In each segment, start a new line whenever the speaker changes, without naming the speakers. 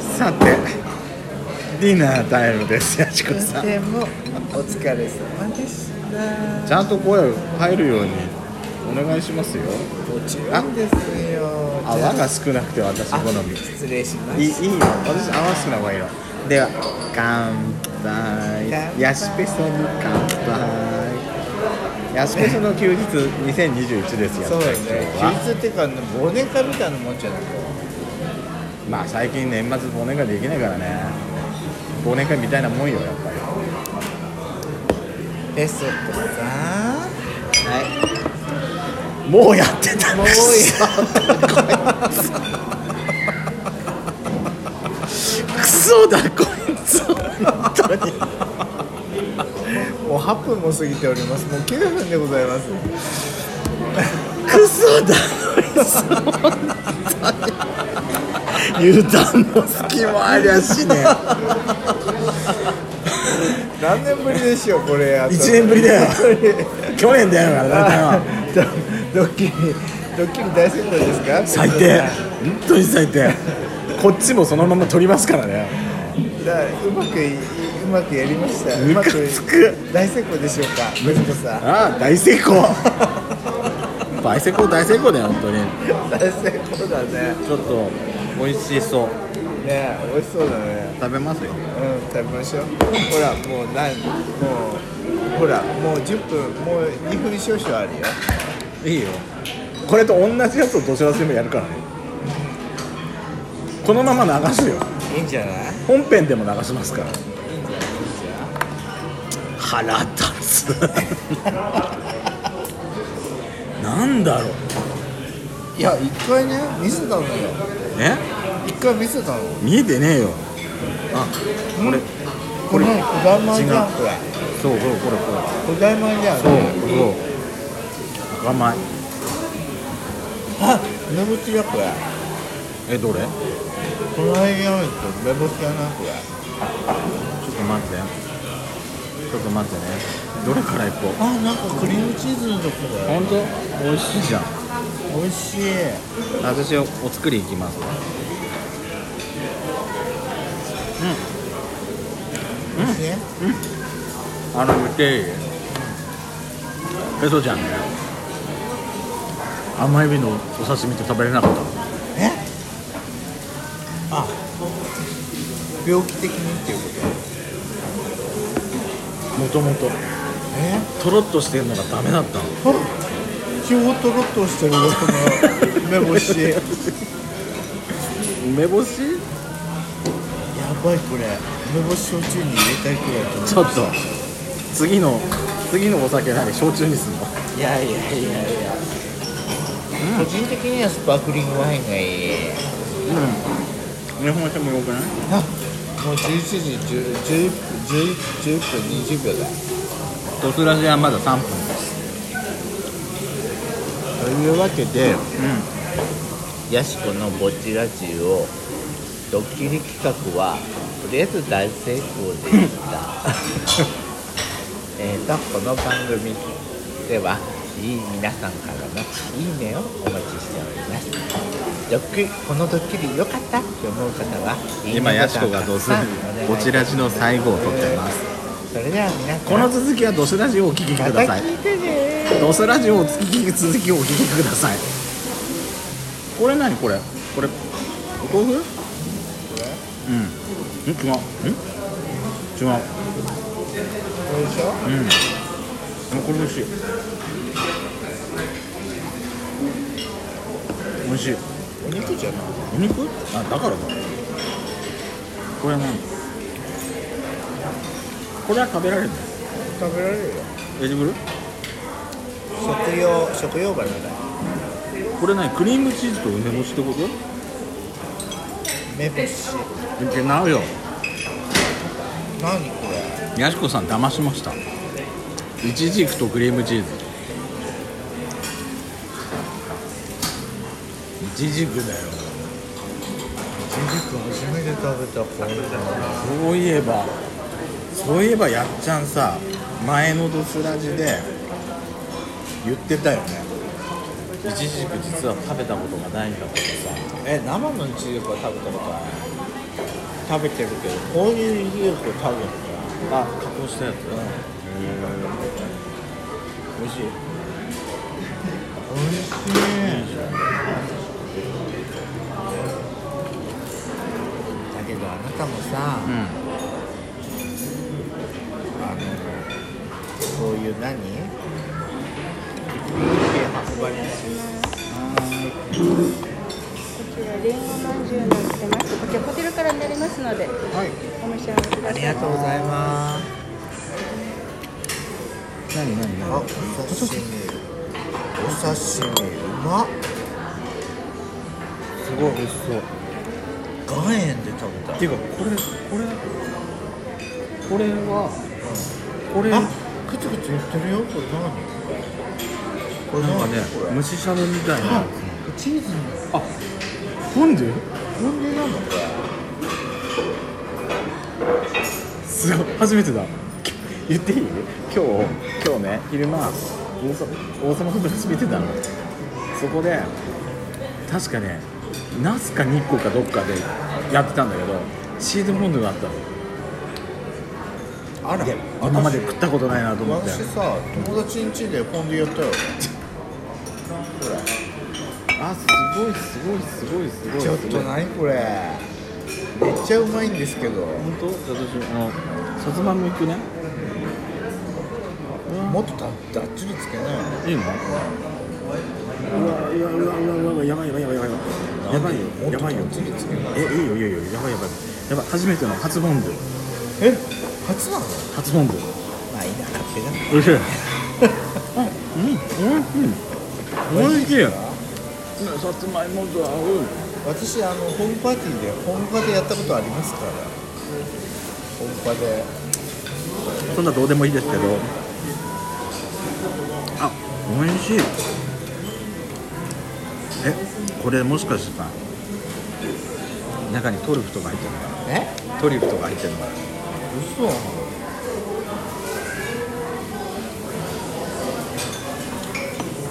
さてディナータイムですやちこさん
でもお疲れ様でした
ちゃんと声入るようにお願いしますよ
もちろんですよ
泡が少なくて私好み
失礼しま
いいい
す
よ私泡少ない方がいいのでは乾杯
乾杯
ヤシペソに乾杯ヤシペソの休日2021ですよ
そうだね
今日は
休日っていうか忘年会みたいなもんじゃない
まあ最近年末忘年会できないからね忘年会みたいなもんよやっぱり
えそこさん
はい。もうやってた。
もうや
クソだこいつ。本当に。
もう8分も過ぎておりますもう9分でございます
クソだこいつ。本当に。油断の隙もありゃしね。
何年ぶりでしょうこれあと
一年ぶりだよ
本当に
去年だよ
あ
体は。
ドドッキリドッキリ大成功ですか
最低。本当に最低。こっちもそのまま取りますからね。
だからうまくいうまくやりました
ムカつく
うま大成功でしょうか息子さん
ああ大成功。大成功大成功だよ本当に。
大成功だね
ちょっと美味しそう。
ね美味しそうだね
食べますよ。
うん食べましょうほらもう何もうほらもう10分もう2分少々あるよ
いいよこれと同じやつをどちらでもやるからねこのまま流すよ
いいんじゃない
本編でも流しますから
いいんじゃないいいんじゃない
腹立つなんだろう
いや一回ね見せたのよ
え
一回見せたの
見えてねえよあこれ
これこれ古代米じゃ
違う
んこれ
そうこれこれこ
古代米じゃん
れそうそう赤米
あ梅干しだこれ
えどれちょ
この間のやつ梅干しだなこれ
っと待ってちょっと待ってねどれからいこう
あなんかクリームチーズのとこだよ
本当美味しいじゃん
美味しい
私おお作りいきます
美味しい
あの見ていいペソちゃんね甘エビのお刺身って食べれなかった
えあ病気的にっていうこと
もともと
え
とろっとしてるのがダメだったの
ほら基本とろっとしてるよこの梅干し や
梅干し
ばいこれ梅干し焼酎に入れたいくらいだと思
ちょっと次の次のお酒何焼酎にすんの
ういやいやいやいや、個人的にはスパークリングワインがいい
うん日本酒もよくない
あもう11時10 11, 11, 10分20秒だ
ドスラジはまだ3分
というわけで
う
やしこのぼちラジオドッキリ企画はとりあえず大成功でした。 えーとこの番組ではいい皆さんからのいいねをお待ちしております。ドッキリこのドッキリ良かったって思う方は
今ヤシコがドスラジぼちラジの最後を撮ってます。
いいねボタンお願いしますそれでは皆さん
この続きはドスラジをお聞きくだ
また
さい
聞いてね
ドスラジオをお聞き続きをお聞きくださいこれ何これこれお豆腐うんん違うん違う
これでしょ。
うんあこれ美味しい美味しい
お肉じゃない。
お肉あだからだこれ何これは食べられるの
食べられるよ。
エディブル
食用食用花だ。
これ何クリームチーズと梅干しってこと
梅干し。
違うよ
何これ。
やしこさん騙しましたいちじくとクリームチーズいちじくだよ
ジンジ君初めて食べたこれだな
そういえばそういえばやっちゃんさ前のドスラジで言ってたよねいちじく実は食べたことがないんだけどさ
え生のイチジクは食べたことある
食べてるけどこういう牛を食べるからあ加工したやつうん美味しい美味しい
だけどあなたもさ、
うん
あのそういう何運ばれ
こちらりんごまんじゅうになってますこちらホテルからになりますので
はい
お召し上がりく
あ
だ
り
さ
が
い
とうございます
何何何
あお刺身お刺身うまっ
すごい美味しそう
岩塩で食べた
っていうかこれこれこれはこれ
あクチクチ言ってるよこれ何これ
なんか
何
ね
これ
蒸ししゃぶみたいな
チーズの
あフォンデュ
本音なのこれ
すごい初めてだき言っていい今日今日ね昼間王様王様フブラシ見てたのそこで確かねナスか日光かどっかでやってたんだけどシーズンフォンデュがあったの
あら
で今まで食ったことないなと思って
私さ友達ん家でフォンデュやったよほら
あすごいすごいすごいすごい
ちょっと
本
何これめっちゃうまいんですけど
当じゃあ私あのさつまいもいくね
もっとだだっちりつけない
いいのうわうわうわうわうわやばいやばいやばいやばいやばいよやばいよ
もっとだっちりつけな
え
い
いいよいいよいいよやばいやばいやばい初めての初ボンド
え初なの
初ボンド
まあいいな勝手だ
おいしいうんうんおいしいおいしいさつまいもと合う
私あのホームパーティーでホームパーでやったことありますからホームパーで
そんなどうでもいいですけどあおいしいえこれもしかしてさ中にトリュフとか入ってるのか
え
なトリュフとか入ってるのかな
嘘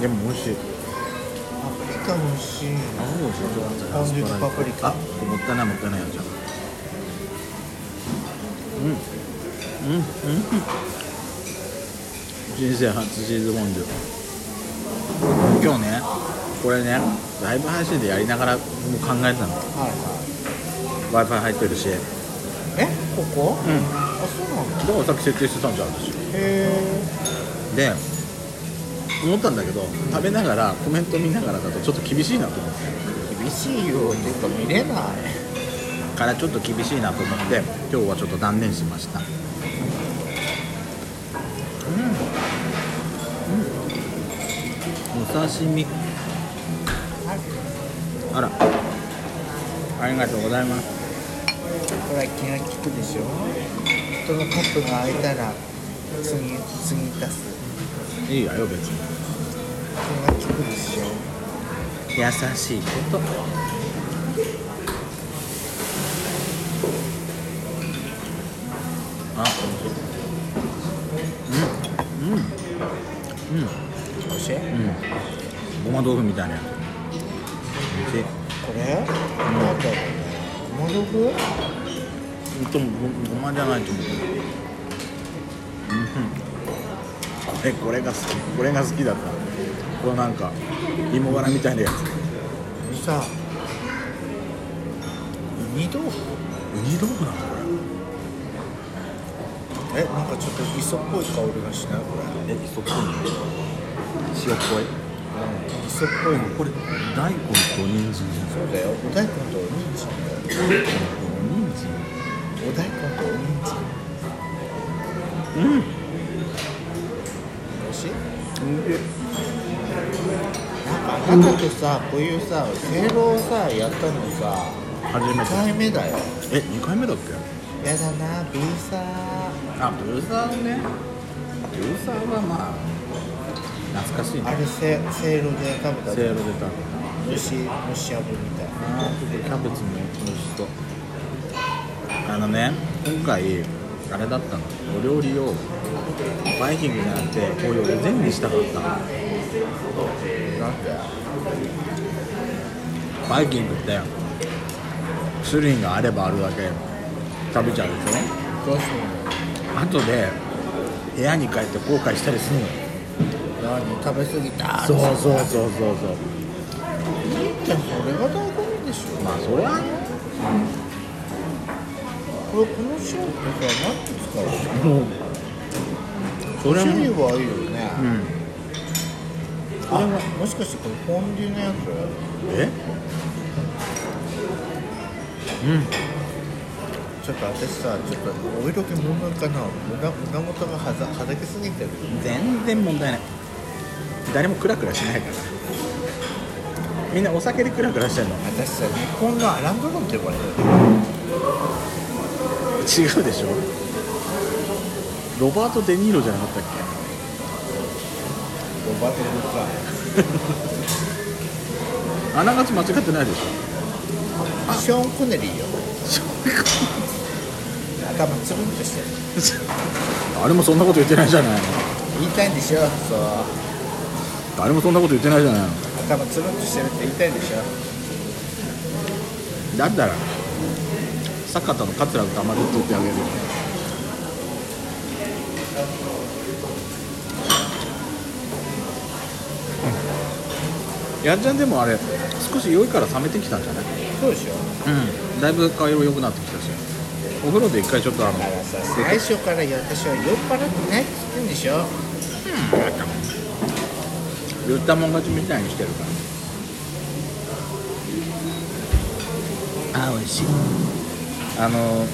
でも美味しい
パプリカ美味しい
あそうですよちょっと
ポンデュとパプリカ
あもったいないもったいないやつじゃんうんうんうん人生初チーズフォンデュ今日ねこれねライブ配信でやりながらもう考えてたの
はいは
w i f i 入ってるしだ
いえこ
ん
こあそうなの
からさっき設定してたんじゃん私
へ
で思ったんだけど食べながらコメント見ながらだとちょっと厳しいなと思って
え厳しいよっていうか見れない
からちょっと厳しいなと思って今日はちょっと断念しましたうん、うん、お刺身あらありがとうございます
ほら気が利くでしょ人のカップが開いたら次次足す
いいわよ別に
気が利くでしょ
優しいことあうんうんうん
おいしい
うん。ごま豆腐みたいなやつ。美味し
これ、なんだろうねごま豆腐
い。でもごごまじゃないと思う。うん。これこれが好き。これが好きだった。このなんか芋がらみたいなやつ。
さウニ豆
ウ
腐
ニ豆腐なのこ
えなんかちょっと磯っぽい香りがしないこれ
れ。え磯っぽいの。塩っぽい。
磯っぽいの
これ大根と人参じゃん。
そうだよお大根とおにんじんだよ
人参。
お大根とおにんじん
うん。
美味しい
え
なんかあなたとさこういうさせいろをさやったのさ
初め
2回目だよ
て。え二回目だっけ？
やだなブーサー
あブーサーね。ブーサーはまあ懐かしい
あ
ね。
れせせいろで食べた
せいろでた。
蒸し蒸し油みたいな
キャベツも美味しそうあのね今回あれだったのお料理をバイキングじゃなくてこういうお膳にしたかったの
なんだ
バイキングって種類があればあるだけ食べちゃうでし
どうする
ょ後で部屋に帰って後悔したりするの
の何食べ過ぎた
そう
う
そうそうそうそう
じゃあそれが醍醐味でしょ
まあそれはね
これこのショーってさ何て使うの
もうそれは
趣
も
味
う
はいいよね、
うん
これももしかしてこれフォンデュのやつ
えうん
ちょっと私さちょっとお色気もんかな胸胸元がはざはだけすぎてる
全然問題ない誰もクラクラしないからみんなお酒でクラクラしてんの
私さ日本のアランドロンって呼ばれてる
違うでしょロバート・デ・ニーロじゃなかったっ
ロバート・ルカ
けあながち間違ってないでし
ーショーン・コネリーよ
ょ
頭つるんとしてる
誰もそんなこと言ってないじゃないの
言いたいんでしょそう
誰もそんなこと言ってないじゃないの
頭つるんとしてるって言いたいんでしょ
だったら坂田の桂歌まで取ってあげるよやっちゃんでもあれ少し酔いから冷めてきたんじゃない
そうでしょ
うんだいぶ顔色良くなってきたしお風呂で一回ちょっとあの
だからさ最初から私は酔っ払ってないって言ってんでしょ
言ったもん勝ちみたいにしてるからあー美味しいあの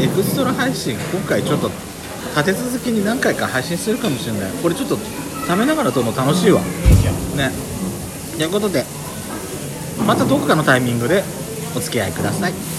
エクストラ配信今回ちょっと立て続けに何回か配信するかもしれないこれちょっと食べながら撮るの楽しいわ
いいじゃん
ねということでまたどこかのタイミングでお付き合いください